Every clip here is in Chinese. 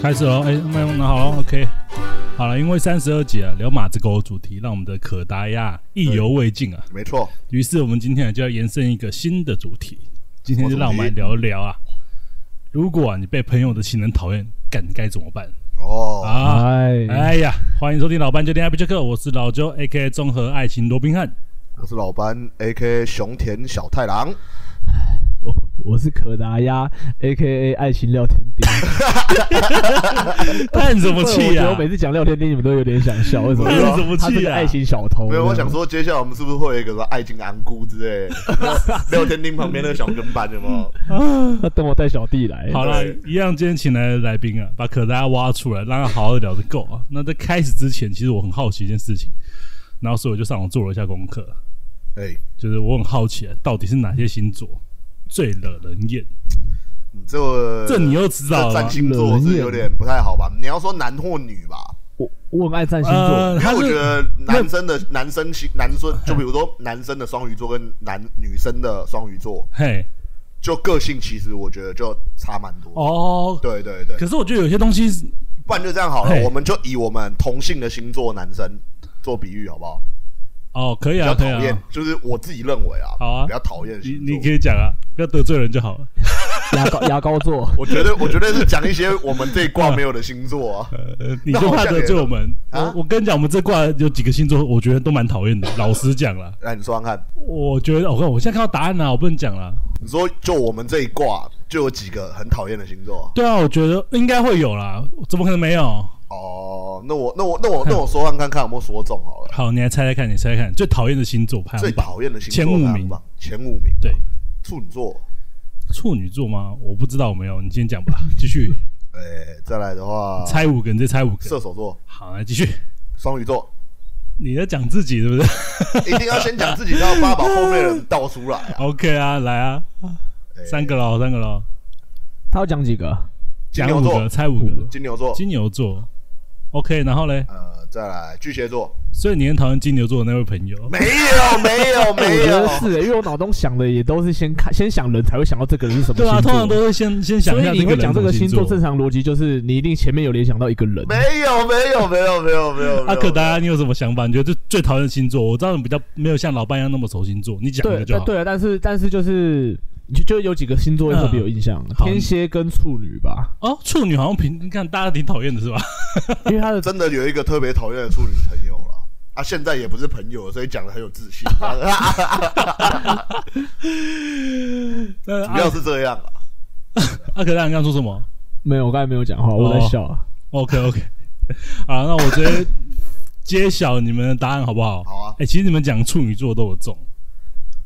开始喽！哎、麦克风拿好了，OK。好了，因为三十二集啊，聊马子狗的主题，让我们的可达鸭意犹未尽啊。没错，于是我们今天就要延伸一个新的主题，今天就让我们来聊一聊啊，如果、啊、你被朋友的情人讨厌，干该怎么办哦，啊？哎，哎呀，欢迎收听老班酒店 Happy Jack，我是老周 A.K.A 综合爱情罗宾汉。我是老班 A.K. 熊田小太郎。我我是可达鸭，A K A 爱情聊天 钉。叹什么我气啊觉得呀、我每次讲聊天钉，你们都有点想笑， 为什么？叹什么他是气啊个呀、爱情小偷。没有，我想，说，接下来我们是不是会有一个什么爱情安姑之类的？廖天丁旁边那个小跟班有没有？他等我带小弟来。好了，一样，今天请来的来宾啊，把可达鸭挖出来，让他好好聊得够啊。那在开始之前，其实我很好奇一件事情，然后所以我就上网做了一下功课， 哎，就是我很好奇、啊，到底是哪些星座最惹人厌？你这个这你又知道这了占吗？星座是有点不太好吧？你要说男或女吧，我我很爱占星座，呃，因为他我觉是得男生的男生星男生，就比如说男生的双鱼座跟男女生的双鱼座，嘿就个性其实我觉得就差蛮多。哦，对对对，可是我觉得有些东西是不然就这样好了嘿，我们就以我们同性的星座男生做比喻好不好？哦，可以比啊，较可讨以厌啊，，就是我自己认为啊，好啊比较讨厌的你星你座。。可以 讲啊，不要得罪人就好了。牙膏牙膏座我觉得，我觉得是讲一些我们这一卦没有的星座啊。呃，你那就好怕像得也罪我们。啊我我跟你讲，我们这卦有几个星座，我觉得都蛮讨厌的。老实讲啦，来，你说说看，我觉得我哦看我现在看到答案啦，我不能讲啦。你说就我们这一卦就有几个很讨厌的星座对啊，我觉得应该会有啦，怎么可能没有？哦。那我那我那我那我说看看看有没有说中好了。好，你来猜猜看，你猜猜看，最讨厌的星座排最行榜，讨厌的星前座五排行名榜前五名，啊对，处女座。处女座吗？我不知道有没有，你先讲吧。继续哎，再来的话，猜五个，你再猜五个。射手座、好，来继续。双鱼座，你在讲自己对不对一定要先讲自己，然后把把后面的人倒出来啊。 ？OK 啊，来啊，哎三个喽，三个喽，他要讲几个？金讲牛五座个，猜五个。金牛座，金牛座，OK，然后嘞，呃，再来巨蟹 座，所以你很讨厌金牛座的那位朋友。没有没有哎没我觉有得，是，因为我脑中想的也都是先看先想人才会想到这个人是什么对星啊，座。通常都会先先想一下所以你会人讲这什么个星星座，正常逻辑就是你一定前面有联想到一个人。没有没有没有没有没有。阿没有可达，你有什么想法？你觉得最最讨厌的星座？我知道你比较没有像老班一样那么熟星座，你讲一对个就但好。对啊，但是但是就是就就有几个星座会特别有印象，好天蝎跟处女吧，哦，处女好像平，你看大家挺讨厌的是吧？ 因为他的真的有一个特别讨厌的处女朋友了。啊，现在也不是朋友了，所以讲的很有自 信。啊那主要阿是这样啊。阿可达，你刚刚说什么没有，我刚才没有讲话，我哦在笑啊。 ？OK OK，好，那我直接揭晓你们的答案好不好？好啊，哎、其实你们讲处女座都有中，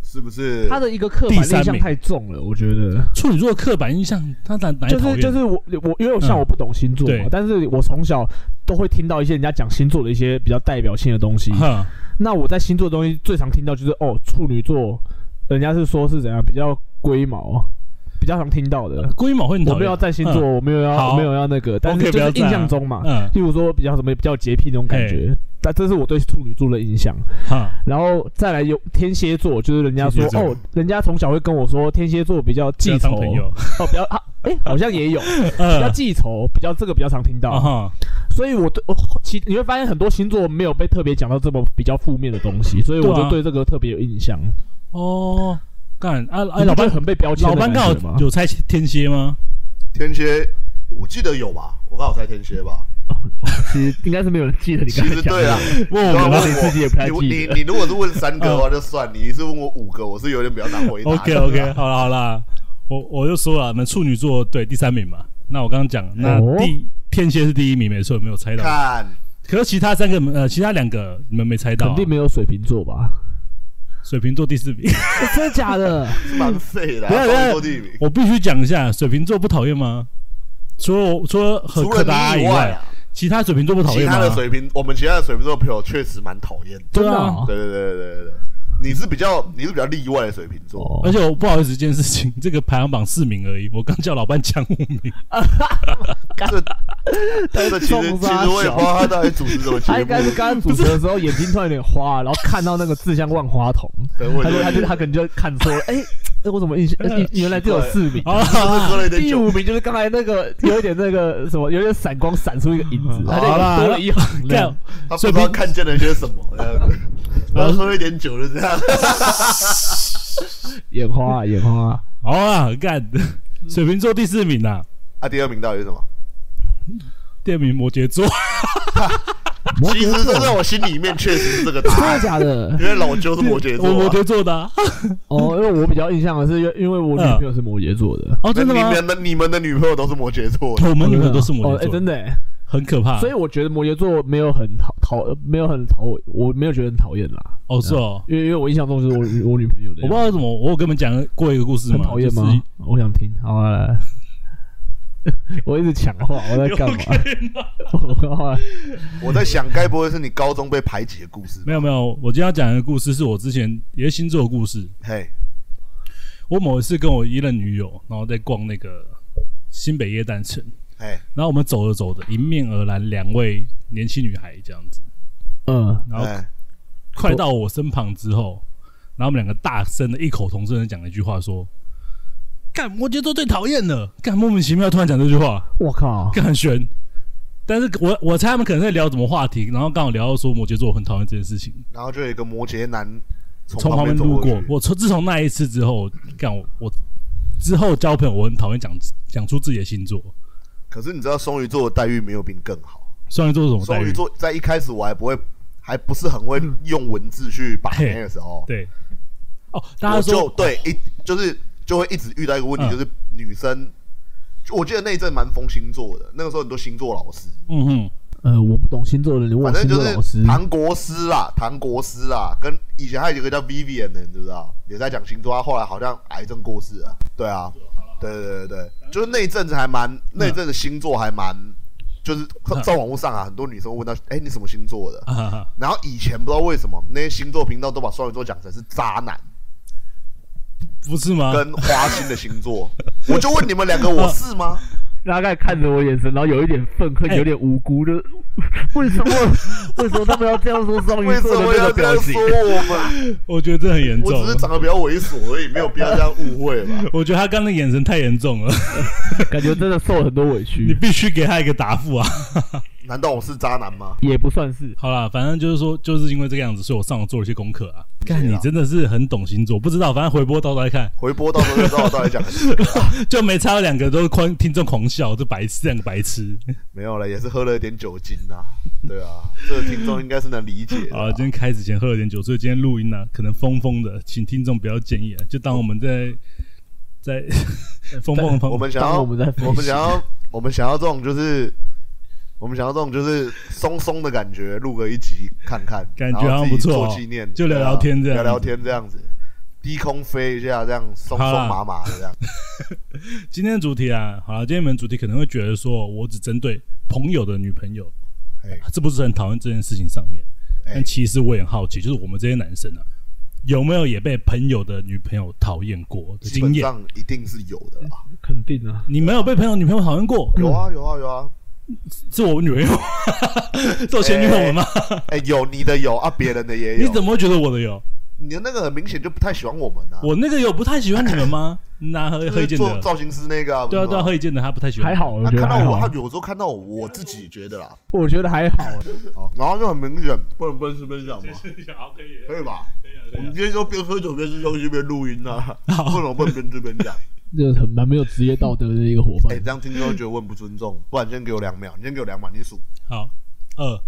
是不是？他的一个刻板第印三象名太重了，我觉得处女座的刻板印象，他哪哪里就讨厌？是就是我我因为我像嗯我不懂星座嘛对，但是我从小都会听到一些人家讲星座的一些比较代表性的东西。哼那我在星座的东西最常听到就是哦，处女座，人家是说是怎样比较龟毛，比较常听到的。龟毛嗯会很讨我厌。没有要占星座，我没有要好我没有要那个，但 OK，是不就要是占啊印象中嘛，嗯，例如说比较什么比较洁癖那种感觉，但这是我对处女座的印象。哈，然后再来有天蝎座，就是人家说天蝎座哦，人家从小会跟我说天蝎座比较不要记当仇，朋友，哦，比较啊，哎，好像也有比较 嗯，记仇，比较这个比较常听啊到，哈，所以我对我其你会发现很多星座没有被特别讲到这么比较负面的东西，所以我对啊就对这个特别有印象。哦，干啊啊，你老不觉班得很被标签老的班感刚觉吗，好有猜天蝎 吗？天蝎，我记得有吧？我刚好猜天蝎吧。其实应该是没有人记得你其刚才实 讲对啊的。，问你我要们然吧后问你我自己也不太你记得嗯你你如果是问三个的话就算，你一次问我五个，我是有点比较难回答的。 OK OK，好了好了，我我就说了，你们处女座对第三名嘛。那我刚刚讲，那哦第、天蝎是第一名，没错，没有猜到。 看可是其他三个呃，其他两个你们没猜到啊、肯定没有水瓶座吧？水瓶座第四名， 哦真的假的？是蛮废的啊。等一下等一下双鱼座第一名，我必须讲一下，水瓶座不讨厌吗？除了我除了和除柯达了你以以外外，啊，其他水瓶座不讨其厌吗他？的水瓶，我们其他的水瓶座朋友确实蛮讨厌的。对啊 真的哦对对对对对对，你是比较你是比较例外的水瓶座。哦而且我不好意思一件事情，这个排行榜四名而已，我刚叫老班讲五 名，这这其实中其吧实我也不知道他到底主持什么节他应该是目，刚刚主持的时候眼睛突然有点花，然后看到那个“自香万花筒等”，我他就 就他就他可能就看错了，哎、哎，我怎么印象呃原来只有四名？啊， 是喝了一点第酒五，名就是刚才那个有一点那个什么，有点闪光闪出一个影子，他就好啦多了一行这样干。他不知道看见了些什么，这样子然后喝一点酒就这样。 眼花啊眼花啊，好啊，干，水瓶座第四名啊，啊，第二名到底是什么？第二名摩羯座，摩其实羯这在座，我心里面确实是这个答真的案，假 的？因为老舅是摩羯座我摩啊。羯座的啊，哦，因为我比较印象的是，因为因为我女朋友是摩羯座的，哦，那真的你吗？们的你们的女朋友都是摩羯 座的，我们女朋友都是摩哦羯哎座啊真，的哎，很可怕。所以我觉得摩羯座没有很讨讨，没有很讨我，我没有觉得很讨厌啦，哦是哦，因为因为我印象中就是我女我女朋友的我不样子，知道怎么，我有跟你们讲过一个故事很嘛，讨厌吗就是？我想听，好啊来。来 我一直抢话，我在干嘛？我我在想，该不会是你高中被排挤的故事吧？没有没有，我今天要讲一个故事，是我之前也是星座的故事。嘿，我某一次跟我一任女友，然后在逛那个新北耶诞城，嘿，然后我们走着走着，迎面而来两位年轻女孩这样子，嗯，然后哎，快到我身旁之后，然后我们两个大声的异口同声的讲了一句话说。干摩羯座最讨厌了，干莫名其妙突然讲这句话，我 靠，干很悬。但是我我猜他们可能在聊什么话题，然后刚好聊到说摩羯座我很讨厌这件事情，然后就有一个摩羯男从从旁边边走路过去。我从自从那一次之后，干我我之后交朋友，我很讨厌讲讲出自己的星座。可是你知道双鱼座的待遇没有比你更好。双鱼座是什么双待鱼遇？座在一开始我还不会，还不是很会用文字去把嘿妹的时候，嗯对，哦，大我家就说对一就是就会一直遇到一个问题，嗯就是女生。就我记得那一阵蛮疯星座的，那个时候很多星座老师，嗯哼，呃，我不懂星座的，你问反正我星就座是老师，唐国师啦，唐国师啦，跟以前还有一个叫 Vivian 的，你知不知道？也在讲星座，他后来好像癌症过世了。对啊，对对对对，就是那一阵子还蛮，嗯那一阵子星座还蛮，就是在网络上啊，很多女生会问到，哎、你什么星座的？啊哈哈，然后以前不知道为什么那些星座频道都把双鱼座讲成是渣男不是嗯吗？跟花心的星座， 我就问你们两个，我是 吗？大概看着我眼神，然后有一点愤恨，哎有点无辜，就 为什么 为什么他们要这样说双为鱼什座的么那要个这样表情说？我们？我觉得这很严我重。只是长得比较猥琐而已，没有必要这样误会 吧？我觉得他刚刚的眼神太严重了， 感觉真的受了很多委你屈，必须给他一个答复啊！ 难道我是渣男吗？也不算是好啦，反正就是说，就是因为这个样子，所以我上网做了一些功课啊。干，对你啊真的是很懂星座，不知道，反正回播到时候再看，回播到时候就知道我到底讲的是谁了就没差两个都是狂听众狂笑，这白痴两个白痴。没有了，也是喝了一点酒精啊。对啊，这个听众应该是能理解的好啊。了，今天开始前喝了点酒，所以今天录音呢、啊，可能疯疯的，请听众不要介意啊，就当我们在在 疯疯的我旁们想当要，我们在分析我们想要，我们想要这种就是，我们想要这种就是松松的感觉，录个一集看看，感觉然后好像不自己错哦做纪念，就聊对啊聊天这样聊聊天这样子，低空飞一下，这样松好松啦麻麻的这样。今天的主题啊，好了，今天你们主题可能会觉得说我只针对朋友的女朋友，啊哎这不是很讨厌这件事情上面，哎但其实我也很好奇，就是我们这些男生啊，有没有也被朋友的女朋友讨厌过的基经本验？上一定是有的啦。肯定啊。你没有被朋友女朋友讨厌过？ 有啊有啊有啊，是我女朋友， 是我前女友吗？哎，有你的有啊，别人的也有。你怎么会觉得我的有？你的那个很明显就不太喜欢我们啊。我那个有不太喜欢你们 吗？那何就是何以见做得？造型师那个、啊，对啊，不是对啊，吗何以见得他不太喜欢。还好，，我他觉得看还到我，好哎啊他，有时候看到我，我自己觉得啦，我觉得还好。哦然后就很明显，不能边吃边讲嘛，好，可以，啊可以吧？我可们今天就边喝酒边吃东西边录音 啊，好为什么不能边吃边讲？这个很蛮没有职业道德的一个伙哎，伴这，样听众会觉得我很不尊重，不然先给我两秒，你先给我两秒，你数，好，二，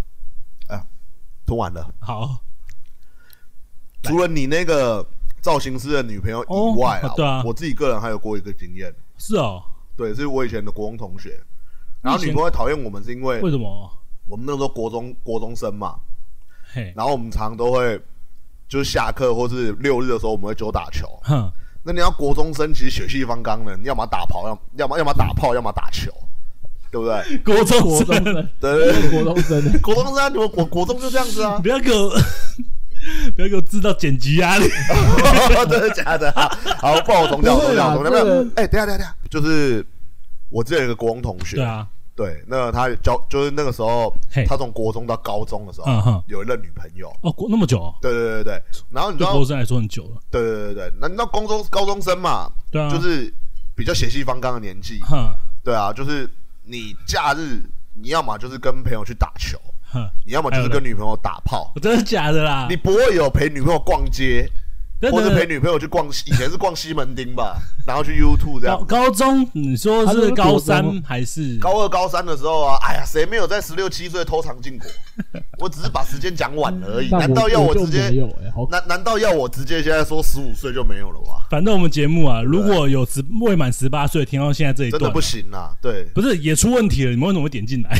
吞完了。好，除了你那个造型师的女朋友以外哦对啊我自己个人还有过一个经验，是哦，对，是我以前的国中同学，然后你以女前朋友讨厌我们是因为为什么？我们那时候国中国中生嘛，嘿，然后我们常常都会就是下课或是六日的时候，我们会久打球。哼，那你要国中生，其实血气方刚的，你要么打炮，要要么要么打炮，要么打球，对 不对？国中国中生，生，对对对，国中生，国中生啊，我国国中就这样子 啊， 不要给我，不要给我制造剪辑压 力。真的假的、啊？好，不好？我重讲，我重讲，我重不会讲。啦这个哎、等一下，等一下，等一下，就是我之前有一个国中同学，对啊，对，那他交就是那个时候嘿，他从国中到高中的时候嗯哼，有一任女朋友，哦，过那么久、哦，对对对对，然后你知对道，国生来说很久了，对对对对，那那高中高中生嘛，对啊，就是比较血气方刚的年纪，哼对啊，就是你假日你要么就是跟朋友去打球，哼，你要么哎就是跟女朋友打炮，我真的假的啦？你不会有陪女朋友逛街，真或者陪的女朋友去逛，以前是逛西门町 吧，然后去 U Two 这样高。高中，你说他是不是是高国中三还是高二、高三的时候啊，哎呀，谁没有在十六七岁偷尝禁 果？我只是把时间讲晚了而已。但难道要我就直接没？有哎、好难难道要我直接现在说十五岁就没有了哇？反正我们节目啊，如果有十未满十八岁听到现在这一真段的啊、不行啦， 对，不是也出问题了，你们为什么会点进来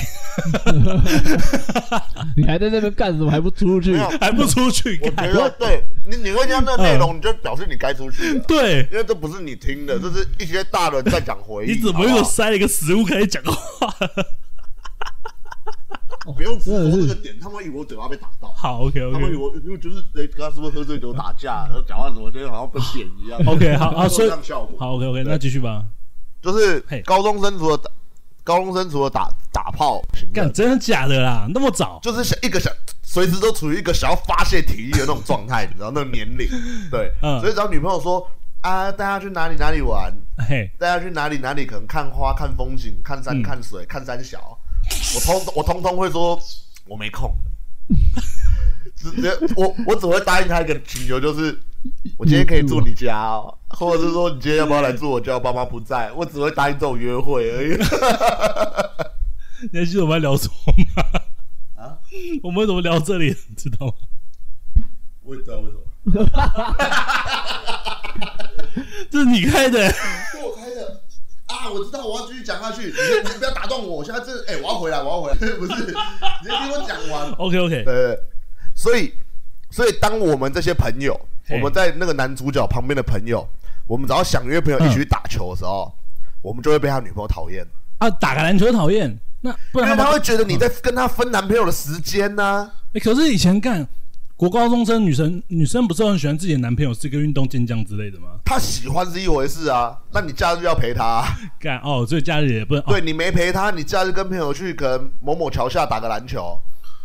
你还在那边干什么？还不出去没？有，还不出去我看？觉得对你你会这样的内嗯容，你就表示你该出去了，对，因为这不是你听的，这是一些大人在讲回嗯忆。你怎么好不又好塞了一个食物开始讲话？ 不用直真的说这是个点，他们以为我嘴巴被打到，好，OK 他们以 OK 为因为就是哎，刚刚是不是喝醉酒打架，然后讲话怎么觉得好像被扁一样 OK，好好，做所以这样效果。好 OK OK，那继续吧。就是嘿高中生除了打高中生除了打打炮行干，为，真的假的啦？那么早？就是想一个想随时都处于一个想要发泄体力的那种状态，你知道那个年龄，对，嗯所以只要女朋友说啊，带她去哪里哪里玩，嘿，带她去哪里哪里，可能看花、看风景、看山、看水、看山小，我通我通通会说我没空，直接我我只会答应她一个请求，就是。我今天可以住你家哦，或者是说你今天要不要来住我家？我爸妈不在，我只会答应这种约会而已。你还记得我们在聊什么吗？ 啊？我们怎么聊这里？你知道吗？我也不知道为什么。这是你开的、是我开的啊！我知道，我要继续讲下去。你先你不要打断我，我现在这哎、我要回来，我要回来， 不是，你先听我讲完。 OK OK，对对，对所以，所以当我们这些朋友，嘿我们在那个男主角旁边的朋友，我们只要想约朋友一起去打球的时候，嗯我们就会被他女朋友讨厌，啊，打个篮球讨厌，那不然啊因为他嗯他妈会觉得你在跟他分男朋友的时间呢、欸可是以前干国高中生女生，女生不是很喜欢自己的男朋友是个运动健将之类的吗？他喜欢是一回事啊，那你假日要陪他啊、干哦，所以家里也不能、哦、对你没陪他，你假日跟朋友去可能某某桥下打个篮球，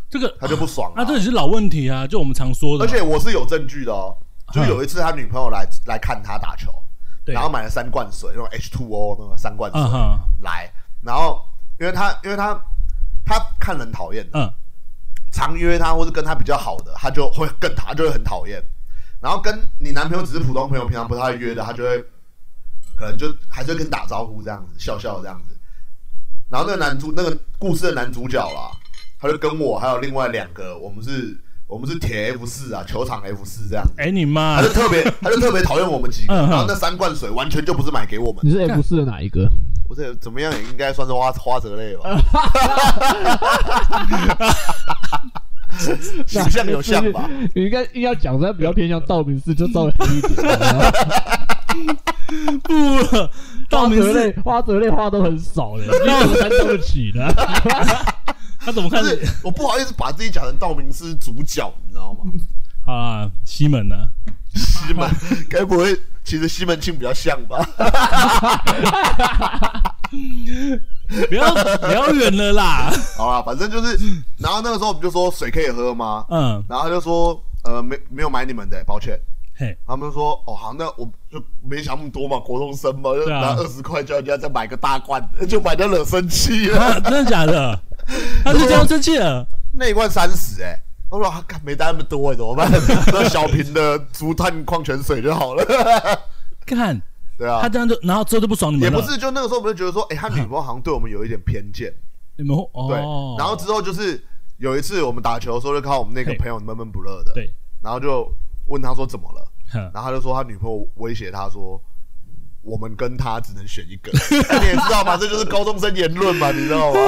这个他就不爽、啊。啊，这也是老问题啊，就我们常说的而嘛，且我是有证据的哦，就嗯有一次他女朋友来来看他打球，对然后买了三罐水，那种 H two O 那个三罐水嗯哼，来，然后因为他因为他他看人讨厌的，嗯，常约他或是跟他比较好的，他就会更他就会很讨厌，然后跟你男朋友只是普通朋友，平常不太会约的，他就会可能就还是会跟你打招呼这样子，笑笑这样子，然后那个男主那个故事的男主角啦，他就跟我还有另外两个，我们是。我们是铁 F 四啊，球场 F 四这样子。哎、你妈他就特别，他就特别讨厌我们几个。嗯哼然后那三罐水完全就不是买给我们，你是 F 四的哪一 个？不是怎么样也应该算是花花泽类吧。 形象有像吧？你应该硬要讲，但比较偏向道明寺，就稍微黑一点。然后不了，道明花泽寺类花泽类花都很少的，你怎么担当得起呢？ 他怎么看但？是我不好意思把自己讲成道明寺主角，你知道吗？好啦，西门呢、西门，该不会其实西门庆比较像吧？不要聊远了啦，好啦，反正就是，然后那个时候我们就说水可以喝吗？嗯，然后他就说，呃，没没有买你们的、抱歉。嘿，他们说：“哦，好，那我就没想那么多嘛，国中生嘛，就对啊拿二十块叫人家再买个大罐的，就买到惹生气了。啊，真的假的？他就这样生气了，那一罐三十，哎，我说啊干没带那么多、哎，怎 么办？那小瓶的竹炭矿泉水就好了。 看对他啊，这样就，然后之后就不爽你也们了，不是，就那个时候我们就觉得说，哎、他女朋友好像对我们有一点偏见，你们对。哦，然后之后就是有一次我们打球的时候，就看到我们那个嘿朋友闷闷不乐的，对，然后就问他说怎么了，哼然后他就说他女朋友威胁他说，我们跟他只能选一 个。你也知道嘛，这就是高中生言论嘛，你知道吗？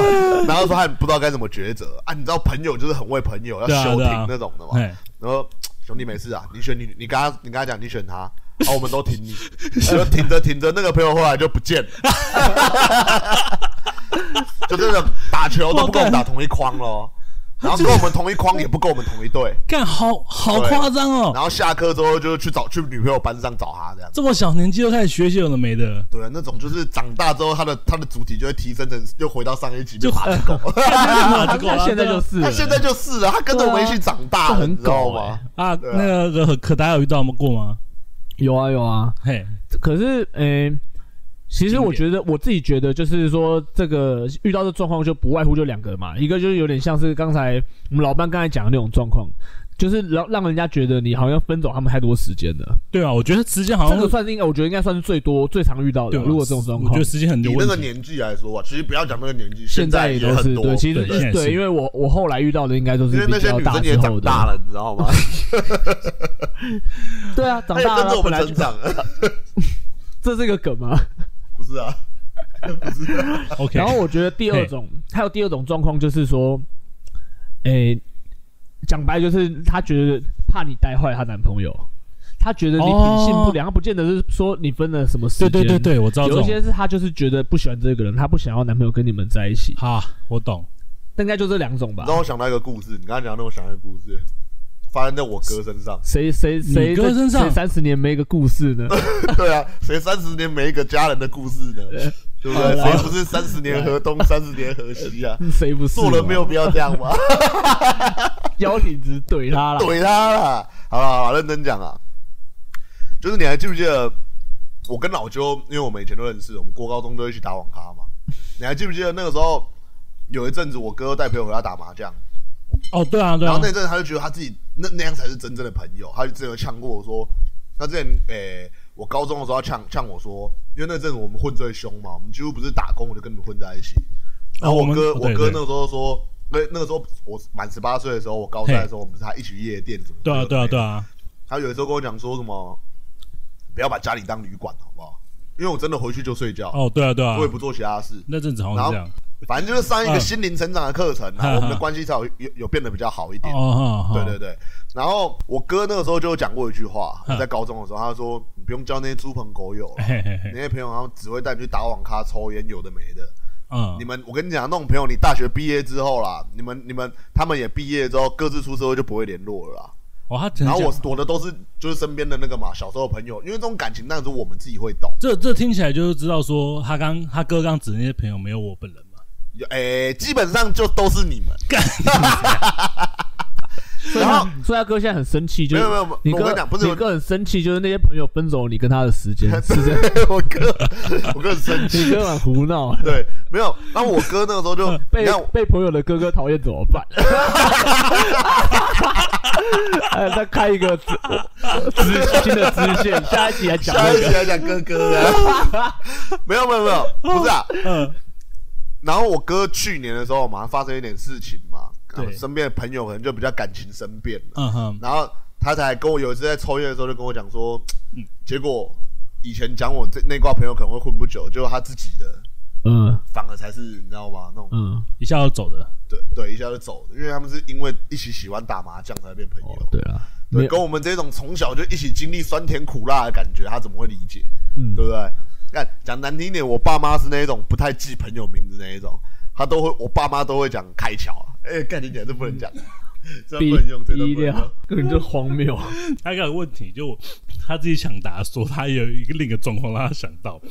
然后说他不知道该怎么抉择啊，你知道朋友就是很为朋友要对啊休对啊庭那种的嘛。嘿。然后兄弟没事啊，你选你，你跟他你跟他讲你选他，啊我们都挺你，然后挺着挺着，那个朋友后来就不见了。 就真的打球都不跟我们打同一框咯。哦然后跟我们同一框，也不跟我们同一队。干好好夸张哦！然后下课之后就去找去女朋友班上找他这样。这么小年纪就开始学习有的没的，对，啊那种就是长大之后，他的他的主题就会提升成，又回到上一集，就爬行 狗。啊他 现在就是他现在就是啊了，他跟着我们一起长大这了，很你知道狗吗欸？啊，对啊那个可达有遇到过吗？有啊有啊，嘿，可是，诶、其实我经觉得我自己觉得，就是说这个遇到的状况就不外乎就两个嘛，一个就是有点像是刚才我们老班刚才讲的那种状况，就是让让人家觉得你好像分走他们太多时间了。对啊，我觉得时间好这像个算是应该，我觉得应该算是最多最常遇到的。对啊，如果这种状我觉况得，时间很有以那个问题。年纪来说啊，其实不要讲那个年纪，现在也也都很是多，对，其实对现在是对，因为我我后来遇到的应该都因是为比那些较女大生之也后长的，大了，你知道吗？对啊，长她也大跟着了我本们来就成长 了，这是一个梗 嘛。不是啊？ OK，然后我觉得第二种，还有第二种状况就是说，诶、讲白就是她觉得怕你带坏她男朋友，她觉得你品性不良，她、不见得是说你分了什么时哦对间，对对对，我知道这有一种。些是她就是觉得不喜欢这个人，她不想要男朋友跟你们在一起，好，我懂。那应该就这两种吧。。让我想到一个故事，你刚才讲让我想到一个故事，发生在我哥身上 谁谁谁你哥身上三十年没个故 事呢？对啊，谁三十年没一个家人的故事呢？对不好对？啦谁不是三十年河东，三十年河西啊？嗯谁不是嘛做人没有必要这样吗？腰挺直怼他 啦？怼他啦！好了好了，认真讲啊，就是你还记不记得我跟老舅，因为我们以前都认识，我们国高中都一起打网咖嘛。你还记不记得那个时候有一阵子，我哥带朋友回家打麻将，哦，对啊，对然啊后，那阵子他就觉得他自己那那样才是真正的朋友，他就之前有呛过我说，他之前诶、我高中的时候他呛呛我说，因为那阵子我们混最凶嘛，我们几乎不是打工我就跟你们混在一起。然后哦我我们哥、哦我对哥对那个时候说，那那个时候我满十八岁的时候，我高三的时候，我们不是还一起去夜店什么？对啊，对啊，对。啊，他有时候跟我讲说什么，不要把家里当旅馆，好不好？因为我真的回去就睡觉，哦，对啊，对啊我也，不做其他事。那阵子好像是这样。反正就是上一个嗯心灵成长的课程啊，哈哈我们的关系才有有有变得比较好一点。哦，对哈，对对。然后我哥那个时候就有讲过一句话，嗯哎我在高中的时候，他说：“你不用交那些猪朋狗友对，了，嘿嘿嘿，那些朋友他们只会带你去打网咖、抽烟，有的没的。嗯你，们，我跟你讲，那种朋友，你大学毕业之后啦，你们你们他们也毕业之后，各自出社会就不会联络了啦。”哇，哦他真然的后讲我躲的都是就是身边的那个嘛，小时候的朋友，因为这种感情，那时候我们自己会懂。这这听起来就是知道说他刚他哥刚指的那些朋友没有我本人嘛。有诶、哎基本上就都是你们。所以然后他所以他哥现在很生气，就没是有没有，没你有我哥跟你讲，不是你哥很生气，就是那些朋友分走你跟他的时 间，是这样。我我哥，我哥很生 你气。哥很胡闹， 对，没有。然后我哥那个时候就，被你看我，被朋友的哥哥讨厌怎么办？ 呃，再开一个支支新的支线，下一集来讲下那一集个。来讲哥哥的。 没有没有没有，不是 啊。嗯，然后我哥去年的时候，马上发生一点事情嘛，对身边的朋友可能就比较感情生变了。嗯哼，然后他才跟我有一次在抽烟的时候就跟我讲说，结果以前讲我这那挂朋友可能会混不久，结果他自己的嗯反而才是你知道吗？那种嗯，一下就走的。对对一下就走了，因为他们是因为一起喜欢打麻将才变朋友。哦，对啊，没对，有，跟我们这种从小就一起经历酸甜苦辣的感觉，他怎么会理解？嗯对不对？看讲难听一点，我爸妈是那一种不太记朋友名字那一种，他都会，我爸妈都会讲开窍啊。哎、概念点这不能 讲，这低不能用，这都低不能用调。，根本就荒谬。他有个问题就他自己抢答说他有一个另一个状况让他想到，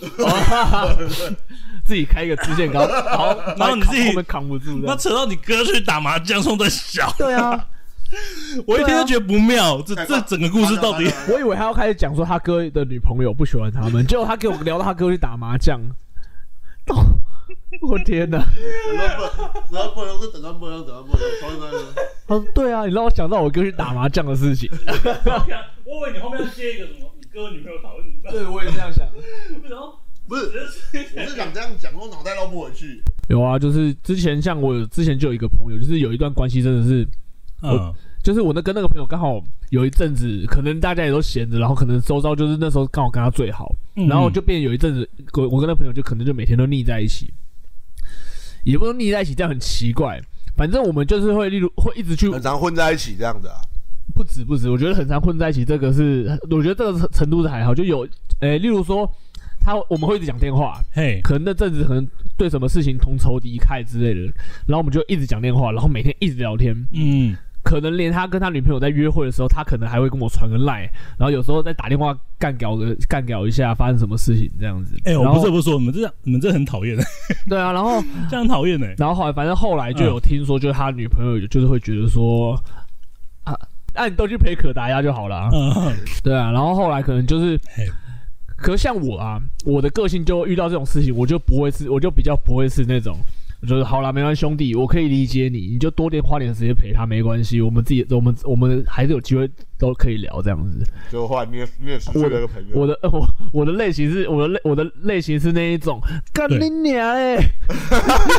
自己开一个支 线，然后好，然后你自己后面扛不住这那样。扯到你哥去打麻将送的小，对啊，我一听就觉得不妙，这哎这整个故事到底完了完了完了我以为他要开始讲说他哥的女朋友不喜欢他们，结果他给我聊到他哥去打麻将，到我天哪！等到不，等到不能是等到不能，等到不能，双双他说：“对啊，你让我想到我哥去打麻将的事情。我以为你后面要接一个什么，你哥女朋友讨厌你”，对，我也这样想。然后不是，我是想这样讲，我脑袋绕不回去。有啊，就是之前像我之前就有一个朋友，就是有一段关系真的是， 嗯，就是我那跟那个朋友刚好有一阵子，可能大家也都闲着，然后可能周遭就是那时候刚好跟他最好，然嗯后就变有一阵子，我我跟那朋友就可能就每天都腻在一起，也不是腻在一起，这样很奇怪。反正我们就是会，例如会一直去很常混在一起这样子啊。不止不止，我觉得很常混在一起，这个是我觉得这个程度是还好，就有，诶、例如说他我们会一直讲电话，嘿，可能那阵子可能对什么事情同仇敌忾之类的，然后我们就一直讲电话，然后每天一直聊天，嗯，可能连他跟他女朋友在约会的时候，他可能还会跟我传个赖，然后有时候再打电话干屌个干屌一下，发生什么事情这样子。哎、然我后不是不是说你们这你们这很讨厌，对啊，然后 这样讨厌 呢。然后后来反正后来就有听说，就是他女朋友就是会觉得说啊，那、你都去陪可达鸭就好了啊、嗯，对啊，然后后来可能就是嘿，可像我啊，我的个性就遇到这种事情，我就不会是，我就比较不会是那种，就是好啦，没关系，兄弟，我可以理解你，你就多点花点时间陪他，没关系，我们自己，我们我们还是有机会都可以聊这样子。就后来你也你也失去了一个朋友，我的我我的类型是我的类我的类型是那一种，干对你娘哎、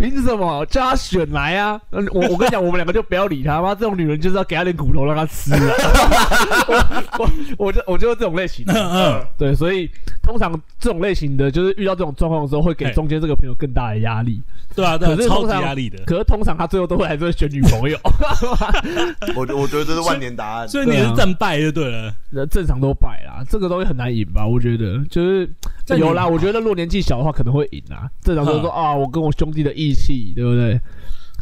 凭什么叫他选来啊？嗯我我跟你讲，我们两个就不要理他妈，这种女人就是要给她点苦头让她吃啊。 我我我就我就是这种类型的，嗯对，所以通常这种类型的，就是遇到这种状况的时候，会给嘿中间这个朋友更大的压力。对啊，对啊可，是超级通常压力的。可是通常他最后都会还是会选女朋友，我我觉得这是万年答案。所以你也对是啊战败就对了。那正常都败啦。这个东西很难赢吧？我觉得就是这有啦。你嗯我觉得如果年纪小的话，可能会赢啊。正常都说啊，我跟我兄弟的义气，对不对？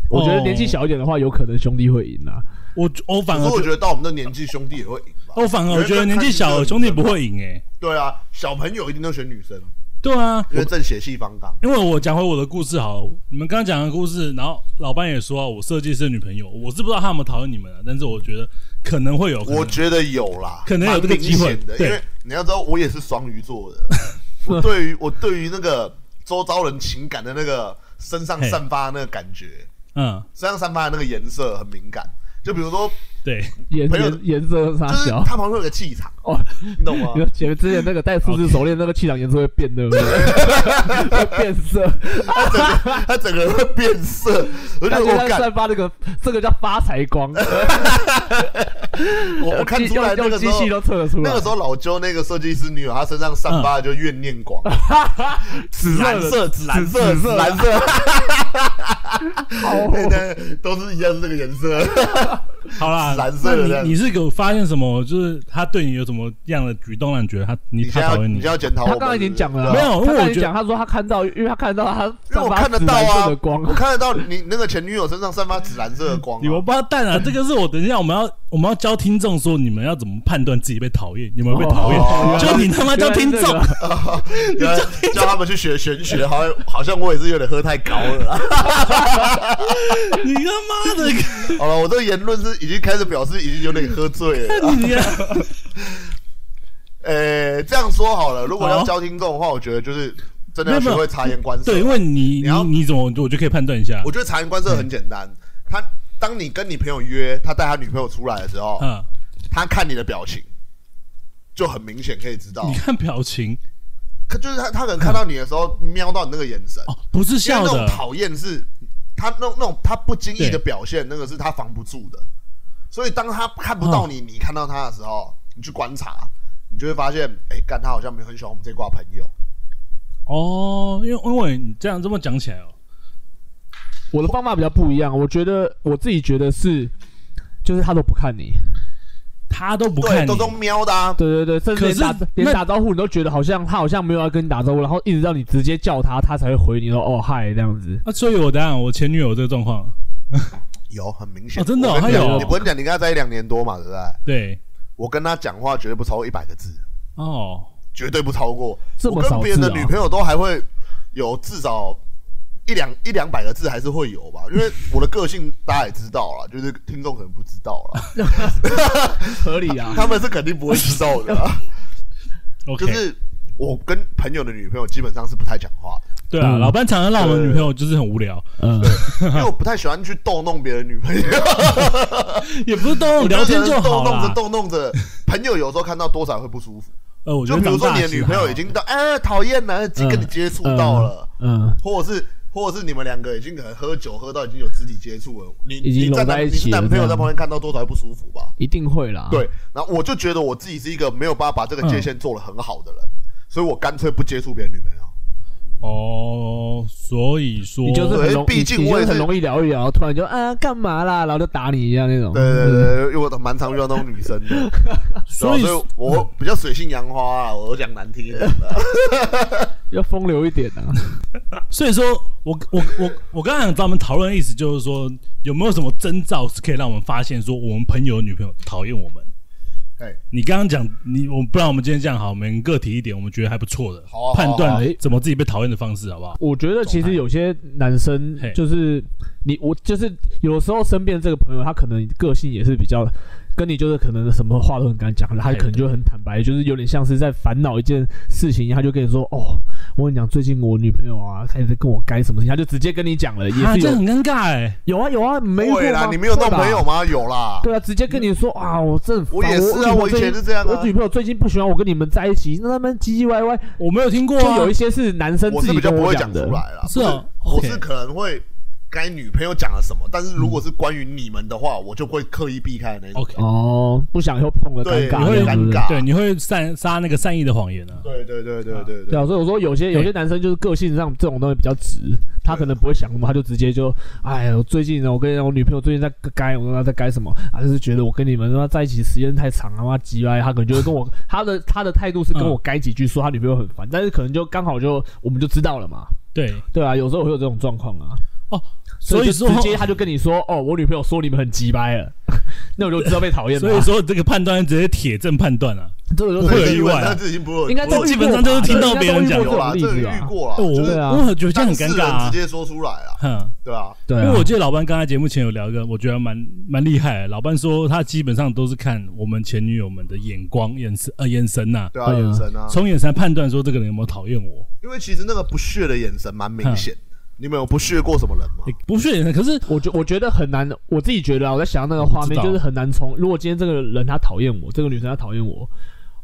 我觉得年纪小一点的话，有可能兄弟会赢啊。我我反可而是我觉觉得到我们的年纪，兄弟也会赢吧。我反而我觉得年纪小的兄弟不会赢哎。对啊，小朋友一定都选女生，对啊，因为正血气方刚。因为我讲回我的故事好了，你们刚刚讲的故事，然后老班也说啊我设计师的女朋友，我是不知道他有没有讨厌你们啊，但是我觉得可能会有，可能我觉得有啦，可能有这个蛮明机会显的，因对为你要知道，我也是双鱼座的，我对于我对于那个周遭人情感的那个身上嘿散发的那个感觉，嗯，身上散发的那个颜色很敏感。就比如说， 对，颜朋友颜颜色傻就是小他旁边有个气场，哦，你懂吗你？看前之前那个戴数字手链那个气场颜色会变，对不对？会 变色。他整个他整个人会变色，我就感觉觉得我他感散发那个，这个叫发财光，我我看出来那用个时机候器。都测得出来。那个时候老周那个设计师女友，她身上散发的就怨念广，紫蓝色、紫蓝色、紫紫色蓝色，候对对，都是一样是这个颜色。好啦，蓝色的这那样你你是有发现什么？就是他对你有什么样的举动让你觉得他你你他现在要讨厌你你现在？要检讨我他们，刚刚已经讲了啊，没有因为他刚刚我觉已经得讲，他说他看到，因为他看到他因为散我发看得紫到蓝色啊的光，我看得到你那个前女友身上散发紫蓝色的光、你王啊。八蛋啊！这个是我等一下我们要我们要教听众说你们要怎么判断自己被讨厌，你们被讨厌，哦就你他妈教听众，原来是这 原来个叫他们去学玄学，好像好像我也是有点喝太高了 啊。 你他妈的，好了，我这个言论是已经开始表示已经有点喝醉 了啊。你啊 呃、这样说好了，如果要好教听众的话，我觉得就是真的要没有学没有会察言观色。对，因为你你要你你怎么我就可以判断一下我，觉得察言观色很简单。他当你跟你朋友约，他带他女朋友出来的时候，嗯，他看你的表情就很明显可以知道你。看表情可就是他他可能看到你的时候，瞄到你那个眼神，哦，不是因为笑那种的，讨厌是他那种那种他不经意的表现，那个是他防不住的。所以当他看不到你，嗯你看到他的时候，你去观察，你就会发现，哎、干他好像没有很喜欢我们这一挂朋友。哦，因为因为你这样这么讲起来哦，我的方法比较不一样，我觉得我自己觉得是，就是他都不看你，他都不对，看你都，都瞄的啊。对对对，甚至可连是打连那打招呼你都觉得好像他好像没有要跟你打招呼，然后一直到你直接叫他，他才会回你说哦嗨这样子。啊，所以我当然我前女友这个状况，有，很明显、哦真的哦我跟你讲他有你我跟你讲，你跟他在一起两年多嘛，对不对？对，我跟他讲话绝对不超过一百个字，哦，绝对不超过。这我么跟少别人的字啊女朋友都还会有至少一两一两百个字，还是会有吧？因为我的个性大家也知道了，就是听众可能不知道了。 合理啊， 他们是肯定不会知道的 啊、就 OK，是我跟朋友的女朋友基本上是不太讲 话的，对啊，嗯老班常常让我们女朋友就是很无聊，嗯，因为我不太喜欢去逗弄别人女朋友。也不是都哦 用聊天就好逗弄着了。逗弄着，朋友有时候看到多少会不舒服。呃，我觉就得比如长说大你的女朋友已经到哎讨厌了，已经跟你接触到了，嗯，或者是。或者是你们两个已经可能喝酒喝到已经有肢体接触了，你已经你在搂在男一你起是男了朋友这在样旁边看到多少会不舒服吧？一定会啦。对，然后我就觉得我自己是一个没有办法把这个界限做得很好的人，所以我干脆不接触别人女朋友。哦，所以说你就是很容，对毕竟你你就我也是很容易聊一聊，突然就啊干嘛啦，然后就打你一下那种。 对对对，因为我蛮常遇到那种女生的。对啊所以所以我比较水性杨花啊，我讲难听一点的，要风流一点啊。所以说我我我我刚才想找我们讨论的意思就是说，有没有什么征兆是可以让我们发现说我们朋友的女朋友讨厌我们？哎，你刚刚讲你我，不然我们今天这样好，我们个体一点，我们觉得还不错的好啊好啊判好断啊诶怎么自己被讨厌的方式，好不好？我觉得其实有些男生嘿就是你我就是有时候身边这个朋友，他可能个性也是比较跟你就是可能什么话都很敢讲，他嘿可能就很坦白，就是有点像是在烦恼一件事情，他就跟你说哦，我跟你讲，最近我女朋友啊开始跟我该什么事情，他就直接跟你讲了，也啊，是这有很尴尬哎、有啊有啊， 没有会啦，你没有弄朋友吗？有啦，对啊，直接跟你说啊，我真的很我烦也是啊，女朋友我以最近前是这样啊我，女朋友最近不喜欢我跟你们在一起，那他们唧唧歪歪，我没有听过就啊，有一些是男生我自是己比较跟不会讲讲出的。啊来啦，是哦不是 OK 啊我是可能会该女朋友讲了什么，但是如果是关于你们的话，我就会刻意避开那种。 OK，哦，不想以后碰了尴对尬，你会这样子尴尬对，你会善撒那个善意的谎言啊。对对对对对对对，啊，所以我说有些有些男生就是个性上这种东西比较直，他可能不会想什么，他就直接就，哎呀，我最近呢，我跟我女朋友最近在该，我跟她在该什么啊，就是觉得我跟你们他妈在一起时间太长了，妈急歪，他可能就会跟我他的他的态度是跟我该几句，说他女朋友很烦，但是可能就刚好就我们就知道了嘛，对，对啊，有时候会有这种状况啊，所以就说直接他就跟你说，哦，我女朋友说你们很急掰了， 那我就知道被讨厌了所啊，以说这个判断直接铁证判断啊。 这个不就会有是意外啊那这已经不是应该都基本上就是听到别人讲有有啦，这这种个遇例子啊，过啦，哦我就是对啊我觉得这样当很事尴人尬啊直。接说出来啊，哼，对啊，对因啊为我记得老班刚才节目前有聊一个，我觉得蛮蛮厉害的。老班说他基本上都是看我们前女友们的眼光、眼神呃眼神呐、对啊，嗯眼神啊，从眼神判断说这个人有没有讨厌我。因为其实那个不屑的眼神蛮明显的。你们有不屑过什么人吗？嗯诶不是眼神，可是哦我觉我觉得很难，我自己觉得啊，我在想那个画我知面，道就是很难从。如果今天这个人他讨厌我，这个女生她讨厌我，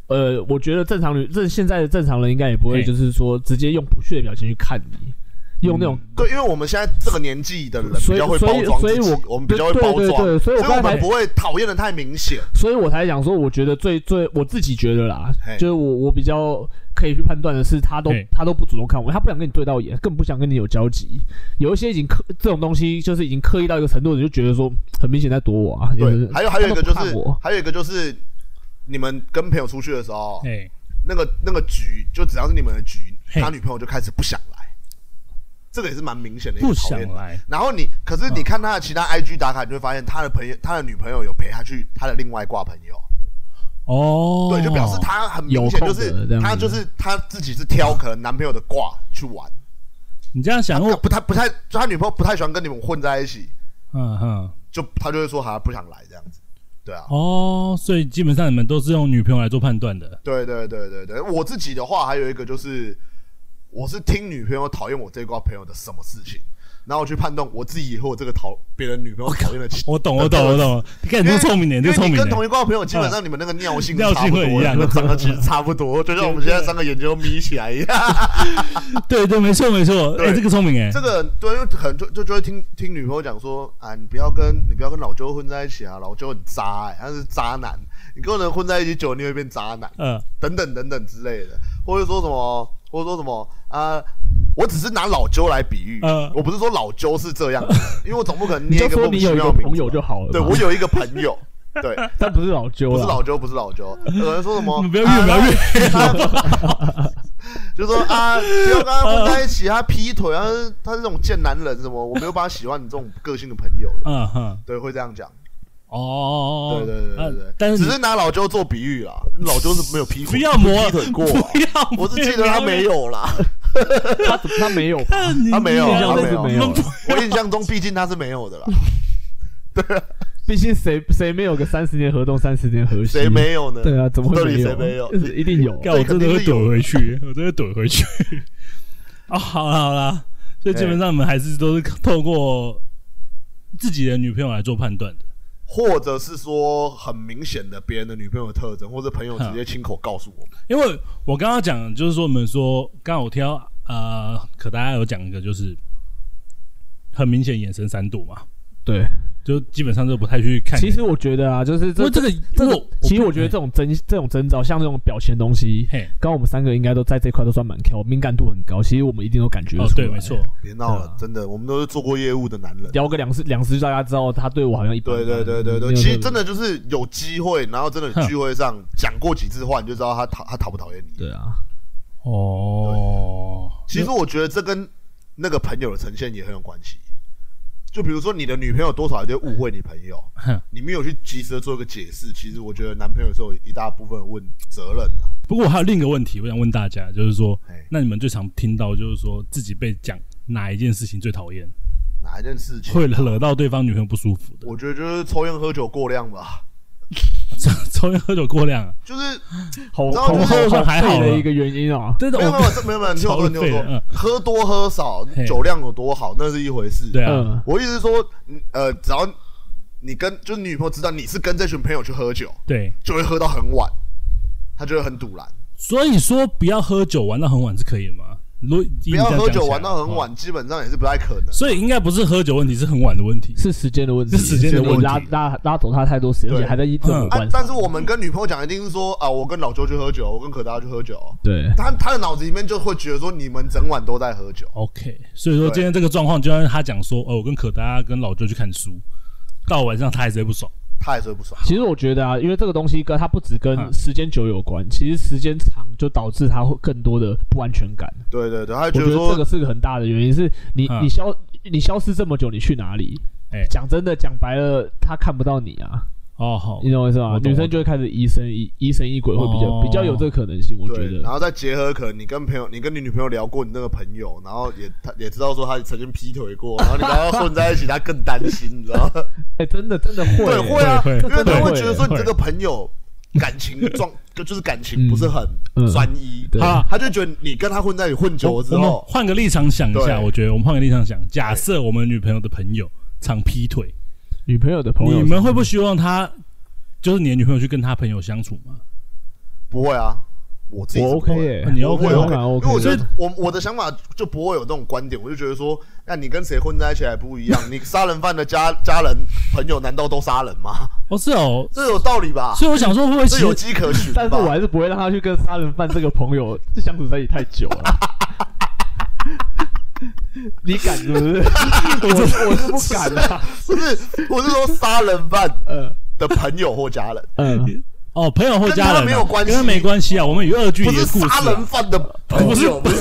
呃，我觉得正常女正现在的正常人应该也不会嘿就是说直接用不屑的表情去看你，用那种、对，因为我们现在这个年纪的人所比以较会所包以装所自以己我，我们比较会包对对装对，所所以以我我刚才们不会讨厌的太明显。所以我才想说，我觉得最最我自己觉得啦嘿，就是我我比较可以去判断的是，他都嘿他都不主动看我，他不想跟你对到眼，更不想跟你有交集。有一些已经刻这种东西，就是已经刻意到一个程度，你就觉得说很明显在躲我啊。就是对，还有还有一个就他们是不看我，还有一个就是，你们跟朋友出去的时候，哎、那个那个局，就只要是你们的局，嘿他女朋友就开始不想来，这个也是蛮明显的一不个讨想厌。来，然后你，可是你看他的其嗯他 IG 打卡，你就会发现他的朋友，他的女朋友有陪他去他的另外挂朋友，哦，对，就表示他很明显就有空的这是样子他就是他自己是挑可能男朋友的挂去玩，你这样想，他我不太不太就他女朋友不太喜欢跟你们混在一起，嗯哼，就他就会说好像不想来这样子，对啊，哦，所以基本上你们都是用女朋友来做判断的。。对对对对对，我自己的话还有一个就是，我是听女朋友讨厌我这一挂朋友的什么事情，然后我去判断我自己和我这个讨别人女朋友讨厌的情 我懂，我懂，我懂。你看你这个聪明点，因这为个聪哎你明跟同点。一挂朋友，基本上你们那个尿性是尿性差不多的会一样长得其实差不 多，就像我们现在三个眼睛都眯起来一样。对对，没错没错。哎、对这个聪明哎、这个对，就很就就就会听听女朋友讲说啊，你不要跟你不要跟老周混在一起啊，老周很渣、欸，他是渣男，你跟人混在一起久，你会变渣男。嗯、等等等等之类的，或者说什么，或者说什么啊、呃我只是拿老揪来比喻，嗯我不是说老揪是 这样的，因为我总不可能你捏就一个说莫名你其有一妙个的名字吧朋友就好了嘛。对我有一个朋友， 对，但不是老揪不是了，老揪，不是老揪，有人说什么，你不要越啊描越 就说啊，不要跟他混在一起，他劈腿，他是他是这种贱男人什么，我没有办法喜欢你这种个性的朋友的，嗯哼。对，会这样讲，哦，对对对对对，啊但是只是拿老揪做比喻啦，老揪是没有劈不腿，要磨劈腿过 啊，不要磨， 我是记得他没有啦。他怎他没有吧，你，他没有你他没有你们不我印象中，毕竟他是没有的啦，毕竟谁谁没有个三十年合同三十年合息？谁？没有呢？对啊，怎么会到底没有？谁没有一定有。啊 干，我真的会怼回去，我真的会怼回去。哦，好了好了，所以基本上我们还是都是透过自己的女朋友来做判断的。或者是说很明显的别人的女朋友的特征，或者朋友直接亲口告诉我们，因为我刚刚讲，就是说我们说，刚刚我听到呃，可大家有讲一个，就是很明显眼神闪躲嘛。对，就基本上就不太去看。其实我觉得啊，就是因这为这个，这因为个我，其实我觉得这种征这种征兆，像这种表情的东西，嘿，刚刚我们三个应该都在这块都算蛮 Q，敏感度很高。其实我们一定都感觉得哦出来。对，没错，别闹了对啊，真的，我们都是做过业务的男人。聊个两次两次，大家知道他对我好像一般对对般。对对啊没对，有其实那个真的就是有机会，然后真的哼聚会上讲过几次话，你就知道他讨他讨不讨厌你。对啊，哦，其实我觉得这跟那个朋友的呈现也很有关系。就比如说你的女朋友多少有点误会你朋友，哼你没有去及时的做一个解释，其实我觉得男朋友是有一大部分的问责任的。不过我还有另一个问题，我想问大家，就是说哎，那你们最常听到就是说自己被讲哪一件事情最讨厌，哪一件事情会惹到对方女朋友不舒服的？ 我觉得就是抽烟喝酒过量吧，抽烟喝酒过量啊？就是好然好后就是我说还好废的了一个原因啊。这种没有没 有这没有没有，你听我说你听哦超我废说的，嗯喝多喝少嘿酒量有多好那是一回事，对啊，嗯，我意思是说，嗯呃，只要你跟就是你女朋友知道你是跟这群朋友去喝酒，对，就会喝到很晚，她就会很堵然。所以说不要喝酒玩到很晚是可以的吗？如果不不要喝酒玩到很，晚，基本上也是不太可能。哦所以应该不是喝酒问题，是很晚的问题。是时间的问题，是时间的问题你拉拉拉走他太多时间，而对且还在一这种嗯啊关，系。但是我们跟女朋友讲，一定是说啊，我跟老周去喝酒，我跟可达去喝酒。对，她她的脑子里面就会觉得说，你们整晚都在喝酒。 OK，所以说对今天这个状况，就让他讲说，哦，我跟可达跟老舅去看书，到晚上他还是会不爽。她也是会不爽。其实我觉得啊，因为这个东西跟它不只跟嗯时间久有关，其实时间长就导致它会更多的不安全感。对对对，她我就觉觉得得这说，个是个很大的原因，是你嗯你消你消失这么久，你去哪里哎？讲真的，讲白了，他看不到你啊，哦，好你，懂我意思吗我？懂女生就会开始疑神疑疑神疑鬼，会比较哦比较有这个可能性，我觉对，然得。后再结合可能你跟朋友，你跟你女朋友聊过你那个朋友，然后也她也知道说她曾经劈腿过，然后你跟她混在一起，她更担心，你知道吗？哎，真的真的 会对，会啊，会因为他会会觉得说你会这个朋友感情状，就就是感情不是很嗯专一，对好啦他就觉得你跟他混在一起混久我了之我们哦后，换个立场想一下，对我觉得我们换个立场想，假设我们女朋友的朋友常劈腿，女朋友的朋友，你们会不希望她就是你的女朋友去跟她朋友相处吗？不会啊，我自己我是不 OK 会耶，你我 OK 会吗我 OK，蛮因 OK，为我的觉得我我的想法就不会有这种观点，我就觉得说，那你跟谁混在一起还不一样？你 杀人犯的家家人朋友难道都杀人吗？哦，是哦，这有道理吧？所以我想说，会不会其这有实迹可循但是我吧？还是不会让他去跟杀人犯这个朋友 相处在一起太久了。 你敢是不是？我我是不敢啊。不是，我是说杀人犯嗯的朋友或家 人，嗯，哦，朋友或跟家他人啊没有关系跟他没关系啊。我们与恶剧不里是的故事杀人啊，犯的朋友，不不是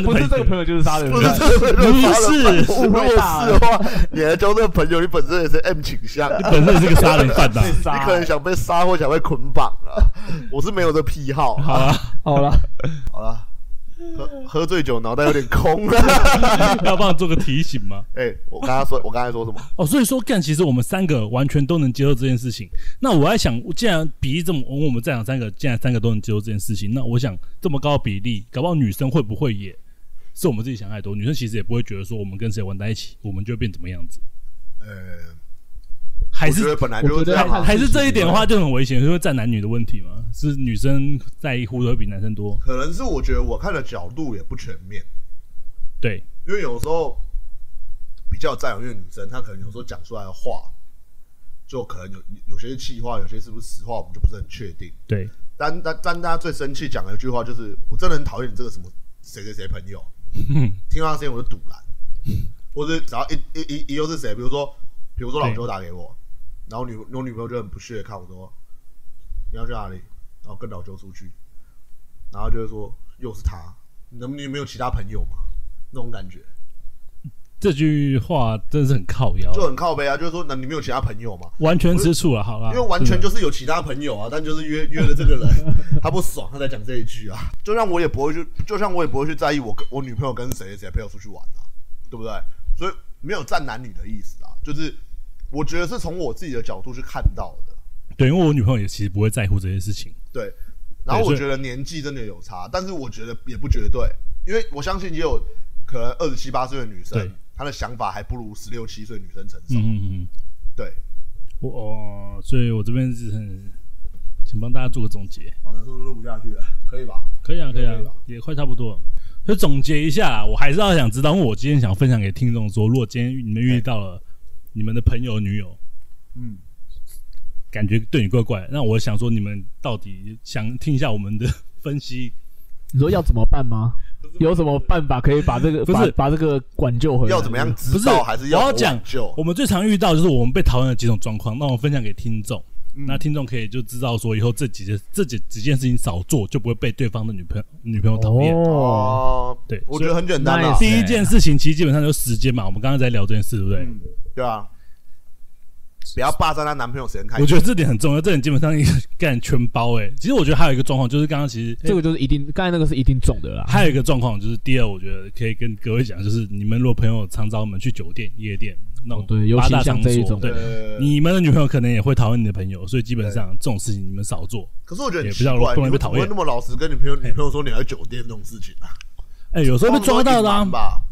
不是这个朋友就是杀人不是犯。这个人杀人不犯是如果是的话，你还交这个朋友，你本身也是 M 倾向，啊你本身也是个杀人犯啊呐、被杀 你可能想被杀或想被捆绑啊。我是没有这癖好。 好啊，好了，好了，喝喝醉酒脑袋有点空了。 要帮我做个提醒吗？哎，我刚刚说，我刚才说什么？哦，所以说干，其实我们三个完全都能接受这件事情。那我在想，既然比例这么，我们在场三个，既然三个都能接受这件事情，那我想这么高的比例，搞不好女生会不会也是我们自己想太多？女生其实也不会觉得说我们跟谁玩在一起，我们就会变怎么样子，呃，还我觉是得本来就是这样我觉得啊。还是这一点的话就很危险，因为占男女的问题嘛，是女生在乎的会比男生多。可能是我觉得我看的角度也不全面，对，因为有时候比较占有欲的女生，她可能有时候讲出来的话，就可能有有些是气话，有些是不是实话，我们就不是很确定。对，但但但大家最生气讲的一句话就是，我真的很讨厌你这个什么谁谁谁朋友，听到他声音我就堵拦，或者只要一一一一又是谁，比如说比如说老周打给我，然后女我女朋友就很不屑的看我说你要去哪里，然后跟老周出去，然后就会说又是他，你能不能没有其他朋友嘛？那种感觉这句话真的是很靠腰，就很靠背啊，就是说那你没有其他朋友嘛？完全吃醋了，好啦，因为完全真啊的就是有其他朋友啊，但 就是约约了这个人， 他不爽，他才讲这一句啊。就像我也不会去，就像我也不会去在意我跟我女朋友跟谁谁陪我出去玩啊，对不对？所以没有站男女的意思啊，就是我觉得是从我自己的角度去看到的，对，因为我女朋友也其实不会在乎这些事情。对。然后对所我以觉得年纪真的有差，但是我觉得也不绝对，因为我相信也有可能二十七八岁的女对生，她的想法还不如十六七岁女生成熟。嗯嗯嗯。对，我哦，所以我这边是很想帮大家做个总结，好像是不是录不下去了？可以吧？可以啊，可以啊可以吧，也快差不多了。所啊以总结一下，我还是要想知道，因为我今天想分享给听众说，如果今天你们遇到了你们的朋友女友，嗯，感觉对你怪怪的。那我想说，你们到底想听一下我们的 分析？你说要怎么办吗？有什么办法可以把这个不把是把这个管救回来？要怎么样啊不知是道，还是要我要讲挽救？我们最常遇到就是我们被讨厌的几种状况，那我分享给听众，嗯那听众可以就知道说以后这几件这几几件事情少做，就不会被对方的女朋友女朋友讨厌。哦，哦，对，我觉得很简单啦 Nice，第一件事情其实基本上就是时间嘛，我们刚刚在聊这件事，对不对？嗯对啊，不要霸占她男朋友时间看。我觉得这点很重要，这点基本上一个干全包哎、其实我觉得还有一个状况，就是刚刚其实欸这个就是一定，刚才那个是一定中的啦。还有一个状况就是，第二，我觉得可以跟各位讲，就是你们如果朋友常找我们去酒店、夜店那种哦对尤八其大像场所，这一种对，呃，你们的女朋友可能也会讨厌你的朋友，所以基本上这种事情你们少做。可是我觉得也很不奇知道会怪，不会你被为讨什厌么会那么老实跟你朋友女朋友说你来酒店这种事情啊？哎、有时候被抓到的、啊通常都是隐瞒，吧？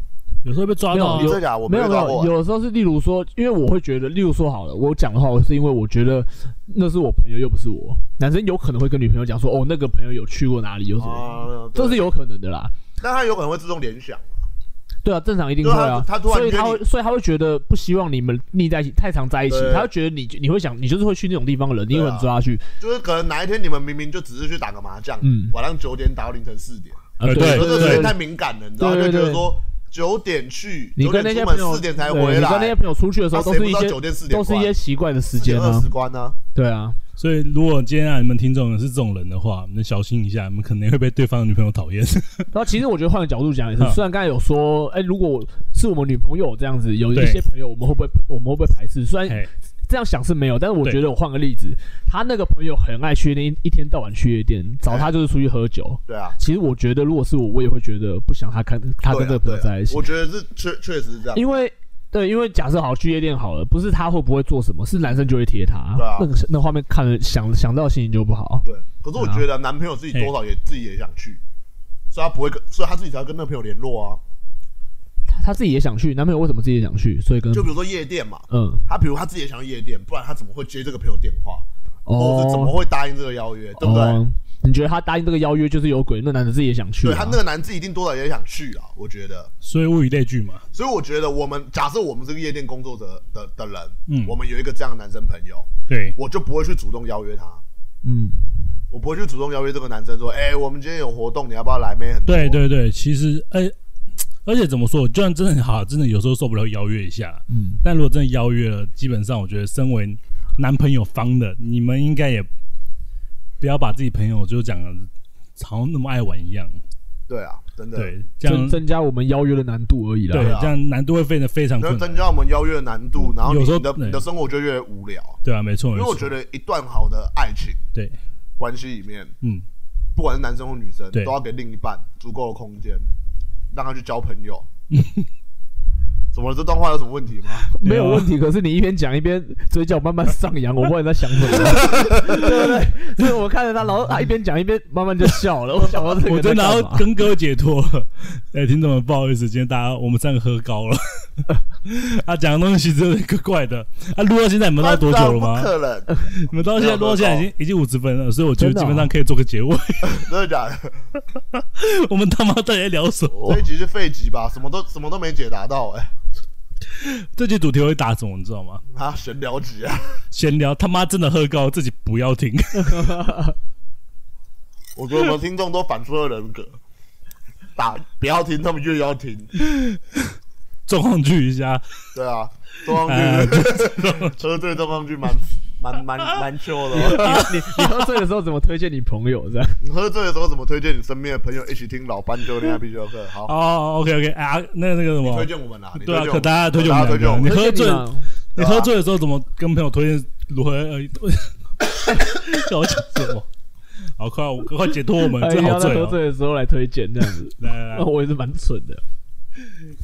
有时候被抓到、啊没有真，的假的？我没有有没抓过有，欸，有时候是例如说，因为我会觉得，例如说好了，我讲的话，我是因为我觉得那是我朋友，又不是我。男生有可能会跟女朋友讲说，哦，那个朋友有去过哪里，有什么，啊，这是有，有可能的啦。但他有可能会自动联想。对啊，正常一定会对啊啊，他突然所以约他你会，所以他会觉得不希望你们腻在一起，太常在一起，对他会觉得你你会想，你就是会去那种地方的人，你对啊有可能抓去，就是可能哪一天你们明明就只是去打个麻将，嗯晚上九点打到凌晨四点，啊呃对对可是这对有对点对太敏感了，你知道，对就对觉得对说九点去，你九跟那点些出朋门友四点才对回你跟那些来，朋友出去的时那候，谁都不是一知道些九点四点都是一些奇怪的时间二啊十，关呢？对啊，所以如果今天啊你们听众是这种人的话，你们小心一下，你们可能会被对方的女朋友讨厌。然后其实我觉得换个角度讲也是嗯，虽然刚才有说，哎，如果是我们女朋友这样子，有对一些朋友我们会不会我们会不会排斥？虽 然哎，这样想是没有，但是我对觉得我换个例子，他那个朋友很爱去夜店，一天到晚去夜店，找哎他就是出去喝酒。对啊，其实我觉得，如果是我，我也会觉得不想他看他对跟这啊个朋对友在一啊，起我，觉得是确确实是这样，因为对，因为假设好去夜店好了，不是他会不会做什么，是男生就会贴他对啊，那个那画面看了想想到心情就不好。对。可是我觉得啊男朋友自己多少也自己也想去，所以他不会跟，所以他自己才要跟那个朋友联络啊。他他自己也想去，男朋友为什么自己也想去？所以跟就比如说夜店嘛，嗯他比如他自己也想去夜店，不然他怎么会接这个朋友电话，或者哦是怎么会答应这个邀约，对不对？哦？你觉得他答应这个邀约就是有鬼？那男的自己也想去、啊，对他那个男自己一定多少也想去啊，我觉得。所以物以类聚嘛，所以我觉得，我们假设我们是个夜店工作者的的人，嗯我们有一个这样的男生朋友，对，我就不会去主动邀约他，嗯，我不会去主动邀约这个男生说，哎、我们今天有活动，你要不要来？妹很多对，对对，其实哎、而且怎么说，就算真的好，真的有时候受不了邀约一下，嗯，但如果真的邀约了，基本上我觉得身为男朋友方的，你们应该也不要把自己朋友就讲得好像那么爱玩一样，对啊，真的，对，这样增增加我们邀约的难度而已啦。对啊这样难度会变得非常你会困增难，加我们邀约的难度，然后嗯你有时候你的对你的生活就越来越无聊，对啊，没错，因没为我错，觉得一段好的爱情对，关系里面，嗯，不管是男生或女生，对都要给另一半足够的空间，让他去交朋 友。怎么了？这段话有什么问题吗？ 没有对啊问题。可是你一边讲一边嘴角慢慢上扬，我不知道你在想什 么，对不对？所以我看着他，然后他一边讲一边慢慢就笑了。我想到这个我在真的干要嘛，跟各位解脱了。哎、听众们，不好意思，今天大家我们三个喝高了， 啊，讲的东西真的怪怪的。啊，录到现在你们到多久了不吗？可能，你们到现在录到现在已经已经五十分了，所以我觉得真的基哦本上可以做个结尾。 真的假的？我们他妈到底在聊什么？这一集是废集吧？什么都什么都没解答到哎、这期主题会打什么？你知道吗？啊，闲聊集啊！闲聊他妈真的喝高，自己不要听。 我觉得我们听众都反出了人格， 打不要听，他们越要听。状况剧一下，对啊，东方哎 剧，喝醉东方剧蛮蛮蛮蛮 chill 的哦。 你你喝醉的时候怎么推荐你朋友这样？你喝醉的时候怎么推荐你身边的朋友一起听老斑鸠恋爱必修课？好，哦，OK OK 啊，那那个什么推，荐我们啊，你对啊，推荐我可们大家推荐大我家推们荐我两个，们你喝醉推荐你吗你对啊喝醉的时候怎么跟朋友推荐如何？呃， 叫我讲什么？好，快要快解脱我们，哎真的好要在醉喝哦！啊醉哦的时候来推荐这样子，来来来，那我也是蛮蠢的。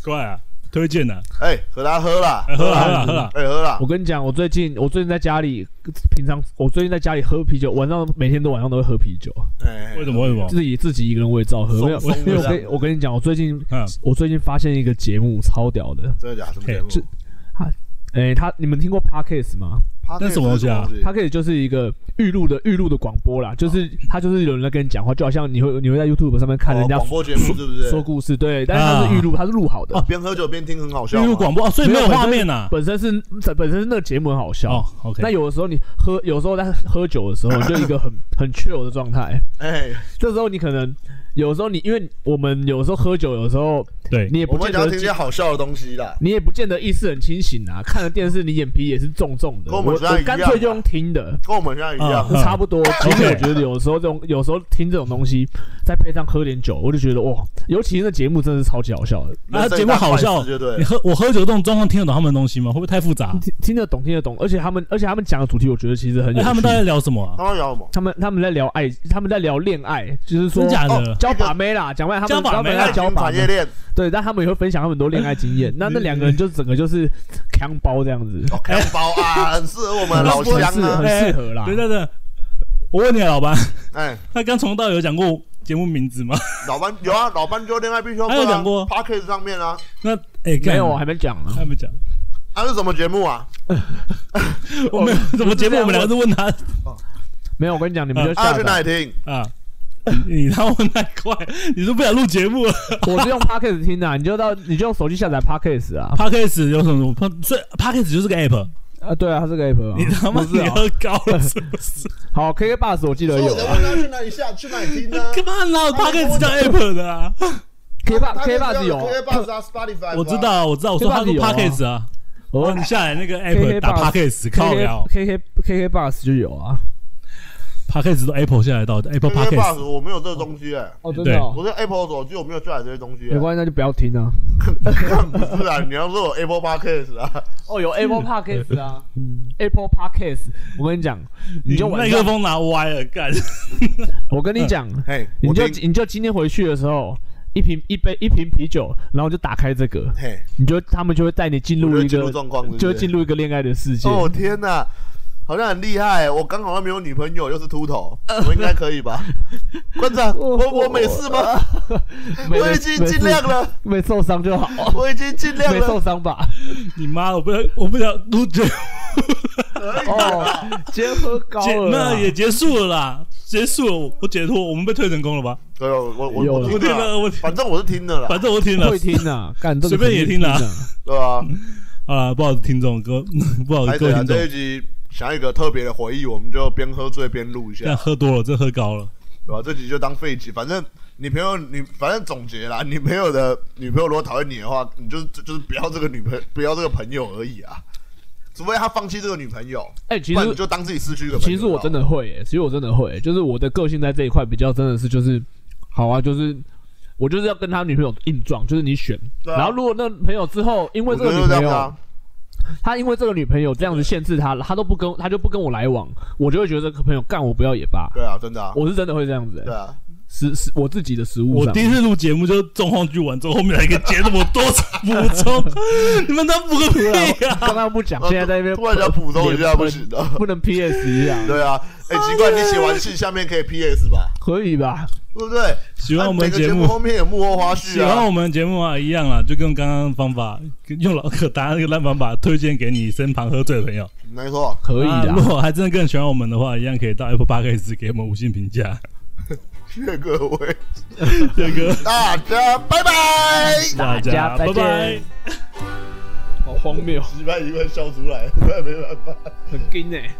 快啊，推荐呐，哎，和大家喝啦，哎喝啦喝啦喝啦！哎，喝啦我，跟你讲，我最近我最近在家里，平常我最近在家里喝啤酒，晚上每天都晚上都会喝啤酒，哎，为什么为什么？自己自己一个人我也照喝。松没有，松因为我的跟我跟你讲，我最近嗯，我最近发现一个节目超屌的，真的假的？什么节目哎、他你们听过 Parkes 吗？ Podcast 那什么东西啊是什么它可以就是一个预录的预录的广播啦，就是它就是有人在跟你讲话，就好像你会你会在 YouTube 上面看人哦家广播节目是不是？说故事，对，但是它是预录，它是录好的哦，，边喝酒边听很好进笑入嘛。广播、哦，所以没有画面呐、本身是本身是那个节目很好笑哦。，OK，那有的时候你喝，有时候在喝酒的时候，你就一个 很很 chill 的状态。哎，这时候你可能有时候你，因为我们有时候喝酒，有时候对，你也我不们见想要听得些好笑的东西啦。你也不见得意识很清醒啊。看了电视，你眼皮也是重重的。跟我我们我现在一样啊干脆就用听的，跟我们现在一样嗯，差不多。其实我觉得有时候这种，有时候听这种东西，再配上喝点酒，我就觉得哇，尤其是那节目真的是超级好笑的，那啊剩节目下好坏事笑就对 你了。喝我喝酒这种状况听得懂他们的东西吗？会不会太复杂？听听得懂，听得懂。而且他们，而且他们讲的主题，我觉得其实很有哎趣。哦他们都在聊什么啊？他们聊什么？他们他们在聊爱，他们在聊恋爱，就是说真假的？交把妹啦，讲完他交们把妹啦他们在交情把产业妹，链。对，但他们也会分享他们很多恋爱经验。那那两个人就整个就是扛包这样子，哦，看包啊，很适合我们很老乡适啊很。适合啦对。对对，我问你啊，老班，哎，他刚从头到尾有讲过节目名字吗？ 老班有啊，老班就恋爱必修课啊，还有讲过 p o d c a s t 上面啊，那哎，干没有，我还没讲啊呢。还没讲。啊是什么节目啊？ 我没有啊什么节目，我们两个是问他没有，我跟你讲，你们就啊下去哪载。里听？啊，你他问太快，你是不想录节目 了我是用 Podcast 听的啊，你就到你就用手机下载 Podcast 啊。 ？Podcast 有什么？所以 Podcast 就是个 app，啊，对啊，它是个 app 啊。你他妈不是你啊？喝高了是不是？ 好，KK Bus 我记得有我啊问他去哪里下，去哪里听呢干嘛哪有 Podcast 叫 app 的啊？ ，KK Bus，KK Bus 有 K Bus 啊，Spotify 我知道啊，我知道，我说他说 Podcast 啊，哦，哦你下载那个 app KK 打 Bus Podcast 靠聊，KK KK Bus 就有啊。 ，Podcast 都 Apple 下载到的 Apple K Bus Podcast，我没有这东西哎，哦，真的哦，我是 Apple 手机我没有下载这些东西没。关系，那就不要听啊。不是啊，你要说有 Apple Podcast 啊，哦，嗯有 Apple Podcast 啊，Apple Podcast，我跟你讲，你就晚麦上克，风拿嗯歪了干。 我跟你讲，嘿，你我就听，你就今天回去的时候，一瓶一杯一瓶啤酒，然后就打开这个，嘿，你就他们就会带你进我入就一进入个，状况，是不是就会进入一个恋爱的世界。哦天哪，好像很厉害欸！我刚好像没有女朋友，又是秃头，我应该可以吧？馆长，我我我没事吗？没我已经尽量，了，没没受伤就好， 我已经尽量没受了。伤吧？你妈！我不要，我不想录节目，哦，今天喝高结了那啦，也结束了啦，结束了，我我解脱，我们被退成功了吧？对，啊我我我有我了听我听了，了，我反正我是听的啦，反正我听了会听啊，干这随个便也听啊肯定对吧？啊，不好意思，听众哥，不好意思，还是各位 啊，听众这一，集想要一个特别的回忆，我们就边喝醉边录一下但，喝多了，真喝高了，对吧？这集就当废集，反正。你朋友，你反正总结啦，你朋友的女朋友如果讨厌你的话，你就就就是不要这个女朋不要这个朋友而已啊，除非他放弃这个女朋友，哎，其不然实你就当自己失去一个朋友其实我真的会、耶，其实我真的会、就是我的个性在这一块比较真的是就是，好啊，就是我就是要跟他女朋友硬撞，就是你选。对啊然后如果那朋友之后因我为这觉得就个女是这样子朋友，啊，他因为这个女朋友这样子限制他了，他都不跟他就不跟我来往，我就会觉得这个朋友干我不要也罢。对啊，真的啊，我是真的会这样子、对欸，啊，实实我自己的食物我上第。一次录节目就状况剧完之后，后面来一个节目，我多补充，你们都补个啊屁呀！刚刚不讲，现在在那边突然想补充一下不行的，不能 PS 一样，对啊，哎，奇怪，你写完信下面可以 PS 吧， 可以吧？对不对？啊喜欢我每们个节目目。后面有幕后花喜絮欢啊，我们节目啊，一样啊，就跟刚刚方法，用老可达那个烂方法推荐给你身旁喝醉的朋友。没错，可以啊的如。果还真的更喜欢我们的话，一样可以到 Apple Podcast 给我们五星评 价。谢谢各位，这个大家拜拜，大家大家再拜见拜。好荒谬， 一般一般笑出来，我也没办法。很惊哎、